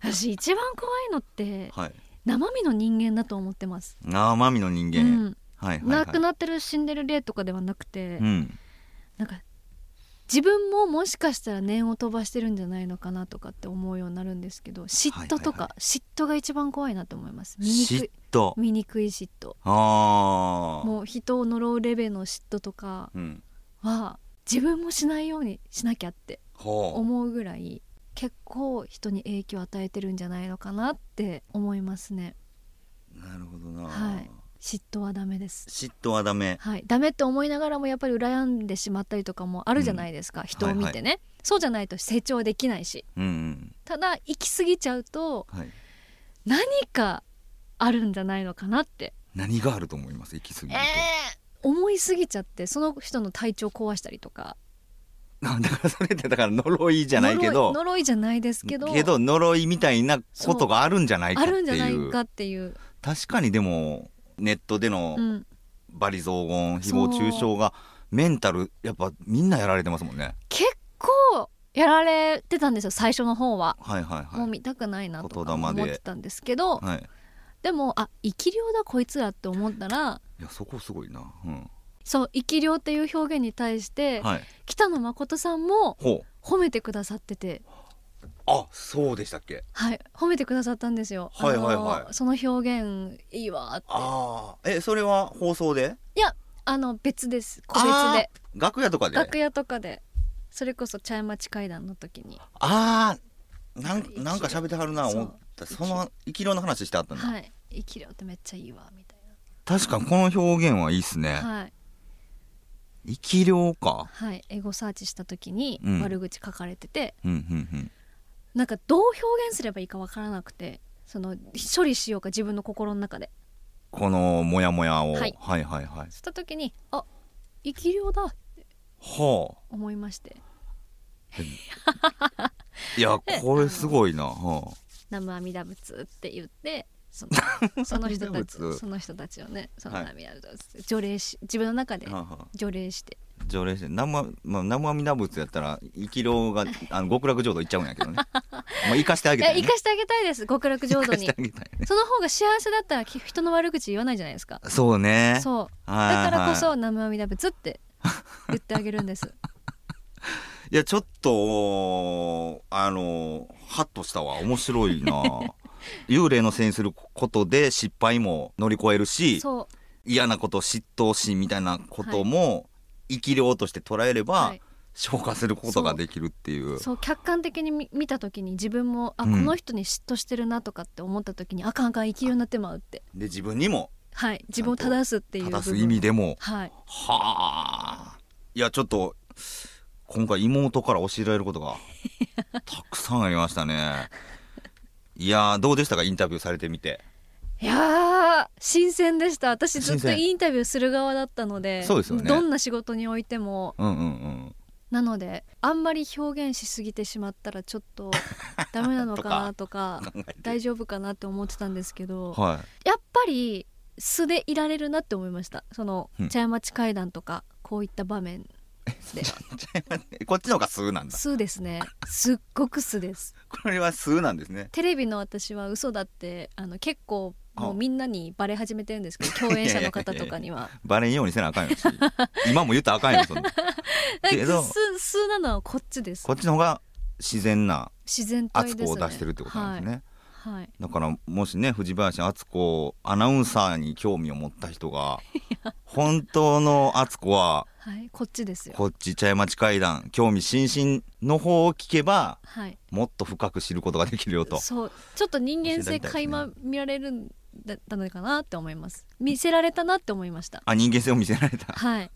[SPEAKER 2] 私一番怖いのって
[SPEAKER 1] はい、
[SPEAKER 2] 生身の人間だと思ってます、
[SPEAKER 1] 生身の人
[SPEAKER 2] う
[SPEAKER 1] 間、
[SPEAKER 2] ん、
[SPEAKER 1] はいはい、はい、
[SPEAKER 2] 亡くなってる死んでる例とかではなくて、
[SPEAKER 1] うん
[SPEAKER 2] なんか自分ももしかしたら念を飛ばしてるんじゃないのかなとかって思うようになるんですけど嫉妬
[SPEAKER 1] はいは
[SPEAKER 2] とか、
[SPEAKER 1] いは
[SPEAKER 2] 嫉妬が一番怖いなと思います醜
[SPEAKER 1] 嫉
[SPEAKER 2] い
[SPEAKER 1] 妬
[SPEAKER 2] 醜い嫉妬
[SPEAKER 1] ああ
[SPEAKER 2] もう人を呪うレベルの嫉妬とか
[SPEAKER 1] う、うん、
[SPEAKER 2] は自分もしないようにしなきゃって
[SPEAKER 1] ほう
[SPEAKER 2] 思うぐらい結構人に影響を与えてるんじゃないのかなって思いますね
[SPEAKER 1] なるほどな、
[SPEAKER 2] はい嫉妬はダメです
[SPEAKER 1] 嫉妬はダメ
[SPEAKER 2] はい、ダメって思いながらもやっぱり羨んでしまったりとかもあるじゃないですか、人を見てね、そうじゃないと成長できないし
[SPEAKER 1] うんうん
[SPEAKER 2] ただ行き過ぎちゃうと
[SPEAKER 1] はい
[SPEAKER 2] 何かあるんじゃないのかなって、
[SPEAKER 1] 何があると思います行き過ぎると、
[SPEAKER 2] 思い過ぎちゃってその人の体調壊したりとか
[SPEAKER 1] なん だからそれってだから呪いじゃないけど
[SPEAKER 2] 呪い呪いじゃないですけど
[SPEAKER 1] 呪いみたいなことがあるんじゃないかっ
[SPEAKER 2] あ
[SPEAKER 1] て
[SPEAKER 2] るんじゃないいうかっていう、
[SPEAKER 1] 確かにでもネットでの
[SPEAKER 2] うん、
[SPEAKER 1] 罵詈雑言誹謗中傷がメンタルやっぱみんなやられてますもんね
[SPEAKER 2] 結構やられてたんですよ最初の方は、
[SPEAKER 1] はいはいは
[SPEAKER 2] もう
[SPEAKER 1] い
[SPEAKER 2] 見たくないなとか
[SPEAKER 1] 言
[SPEAKER 2] 思
[SPEAKER 1] 霊で
[SPEAKER 2] ってたんですけど
[SPEAKER 1] はい
[SPEAKER 2] でもあ生き量だこいつらって思ったら
[SPEAKER 1] いやそこすごいなうん
[SPEAKER 2] そう生き量っていう表現に対して、
[SPEAKER 1] はい
[SPEAKER 2] 北野誠さんも
[SPEAKER 1] ほう
[SPEAKER 2] 褒めてくださってて、
[SPEAKER 1] あそうでしたっけ
[SPEAKER 2] はい、褒めてくださったんですよ。
[SPEAKER 1] はいはいはい
[SPEAKER 2] あのその表現いいわって。
[SPEAKER 1] ああえそれは放送で
[SPEAKER 2] いやあの別です個別で
[SPEAKER 1] あー楽屋とかで
[SPEAKER 2] 楽屋とかでそれこそ茶屋町会談の時に、
[SPEAKER 1] ああなんなんか喋ってはるな思った
[SPEAKER 2] そう
[SPEAKER 1] その生き量の話してあったんだ、
[SPEAKER 2] はい、生き量ってめっちゃいいわみたい
[SPEAKER 1] 確かにこの表現はいいっすね
[SPEAKER 2] な。はい
[SPEAKER 1] 生き量か
[SPEAKER 2] はい、エゴサーチした時に
[SPEAKER 1] うん
[SPEAKER 2] 悪口書かれてて、
[SPEAKER 1] うんうんうん
[SPEAKER 2] なんかどう表現すればいいかわからなくてその処理しようか自分の心の中で
[SPEAKER 1] このモヤモヤを、
[SPEAKER 2] はい
[SPEAKER 1] はいはいはい
[SPEAKER 2] した時にあ生き量だ
[SPEAKER 1] はあ
[SPEAKER 2] 思いまして
[SPEAKER 1] いやこれすごいな、は
[SPEAKER 2] 「南無阿弥陀仏」って言ってそ のその人た
[SPEAKER 1] 南無阿弥陀
[SPEAKER 2] ち
[SPEAKER 1] 仏
[SPEAKER 2] その人たちをねその
[SPEAKER 1] はい
[SPEAKER 2] 南無阿弥陀仏、除霊し自分の中で
[SPEAKER 1] あ、はあはあ、
[SPEAKER 2] 除霊して
[SPEAKER 1] 条例して南無,、まあ、南無阿弥陀仏やったら生き量があの極楽浄土行っちゃうんやけ どねまあ生かしてあ
[SPEAKER 2] い
[SPEAKER 1] げた
[SPEAKER 2] や
[SPEAKER 1] い、ね、
[SPEAKER 2] 生かしてあげたいです極楽浄土
[SPEAKER 1] 生
[SPEAKER 2] に
[SPEAKER 1] かしてあげたいね
[SPEAKER 2] その方が幸せだったらき人の悪口言わないじゃないですか
[SPEAKER 1] そうね
[SPEAKER 2] そう
[SPEAKER 1] はい
[SPEAKER 2] だからこそ
[SPEAKER 1] は
[SPEAKER 2] 「南無阿弥陀仏」って言ってあげる んです
[SPEAKER 1] いいやちょっとあのハッとしたわ面白いな幽霊のせいにすることで失敗も乗り越えるし
[SPEAKER 2] そう
[SPEAKER 1] 嫌なこと嫉妬心みたいなことも生き量として捉えれば、
[SPEAKER 2] はい
[SPEAKER 1] 消化することができるっていう
[SPEAKER 2] そう客観的に見見た時に自分もあこ
[SPEAKER 1] うん
[SPEAKER 2] の人に嫉妬してるなとかって思った時に、あかんあかん生きるようになってまうって
[SPEAKER 1] で自分にも
[SPEAKER 2] はい自分を正すっていう部分
[SPEAKER 1] 正す意味でも
[SPEAKER 2] はい
[SPEAKER 1] はあいやちょっと今回妹から教えられること がたくさんありましたねいやーどうでしたかインタビューされてみて
[SPEAKER 2] いやー新鮮でした私ずっ
[SPEAKER 1] 新
[SPEAKER 2] と
[SPEAKER 1] 鮮
[SPEAKER 2] インタビューする側だったので
[SPEAKER 1] そうですよね
[SPEAKER 2] どんな仕事においても
[SPEAKER 1] うんうんうん
[SPEAKER 2] なのであんまり表現しすぎてしまったらちょっ とダメなのかなとか
[SPEAKER 1] 考えて
[SPEAKER 2] 大丈夫かなって思ってたんですけど、
[SPEAKER 1] は
[SPEAKER 2] やっぱり素でいられるなって思いましたその
[SPEAKER 1] うん
[SPEAKER 2] 茶屋町会談とかこういった場面で
[SPEAKER 1] い こっちの方が数なんだ
[SPEAKER 2] 素ですねすっごく素です
[SPEAKER 1] これは数なんですね
[SPEAKER 2] テレビの私は嘘だってあの結構もうみんなにバレ始めてる んですけど共演者の方とかには
[SPEAKER 1] バレんようにせなあかんよ今も言ったらあかんよそんなけど
[SPEAKER 2] す素なのはこっちです
[SPEAKER 1] こっちの方が自然な
[SPEAKER 2] 自然体で
[SPEAKER 1] 敦
[SPEAKER 2] すね
[SPEAKER 1] 子を出してるってことなんですね、
[SPEAKER 2] はい、はい
[SPEAKER 1] だからもしね藤林敦子アナウンサーに興味を持った人 が本当の敦子は
[SPEAKER 2] はいこっちですよ
[SPEAKER 1] こっち茶屋町会談興味津々の方を聞けば
[SPEAKER 2] はい
[SPEAKER 1] もっと深く知ることができるよと
[SPEAKER 2] そうちょっと人間性垣間見られるんだったのかなって思います見せられたなって思いました
[SPEAKER 1] あ人間性を見せられた
[SPEAKER 2] はい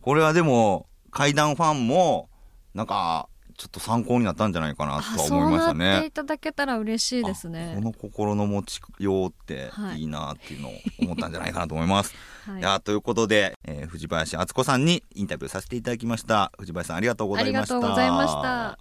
[SPEAKER 1] これはでも怪談ファンもなんかちょっと参考になったんじゃないかな
[SPEAKER 2] あ
[SPEAKER 1] とは
[SPEAKER 2] そ
[SPEAKER 1] 思いうまし
[SPEAKER 2] な
[SPEAKER 1] た
[SPEAKER 2] って
[SPEAKER 1] ね
[SPEAKER 2] い。ただけたら嬉しいです
[SPEAKER 1] あ
[SPEAKER 2] ね
[SPEAKER 1] この心の持ちようって
[SPEAKER 2] はい
[SPEAKER 1] いいなっていうのを思ったんじゃないかなと思います。、
[SPEAKER 2] はいい
[SPEAKER 1] やということで、えー藤林敦子さんにインタビューさせていただきました。藤林さんありがとうござ
[SPEAKER 2] あ
[SPEAKER 1] い
[SPEAKER 2] り
[SPEAKER 1] ま
[SPEAKER 2] が
[SPEAKER 1] した。
[SPEAKER 2] とうございました。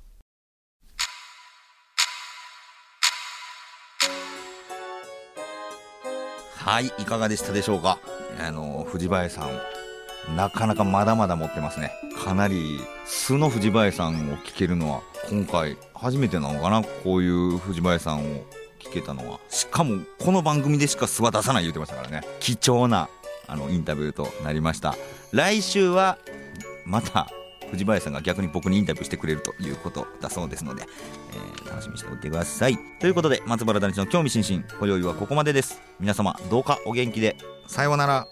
[SPEAKER 1] はい、いかがでしたでしょうか。あの藤林さん、なかなかまだまだ持ってますね。かなり素の藤林さんを聞けるのは今回初めてなのかな。こういう藤林さんを聞けたのは。しかもこの番組でしか素は出さない言ってましたからね。貴重なあのインタビューとなりました。来週はまた。藤林さんが逆に僕にインタビューしてくれるということだそうですので、えー楽しみにしておいてくださいということで松原谷氏の興味津々今宵はここまでです皆様どうかお元気でさようなら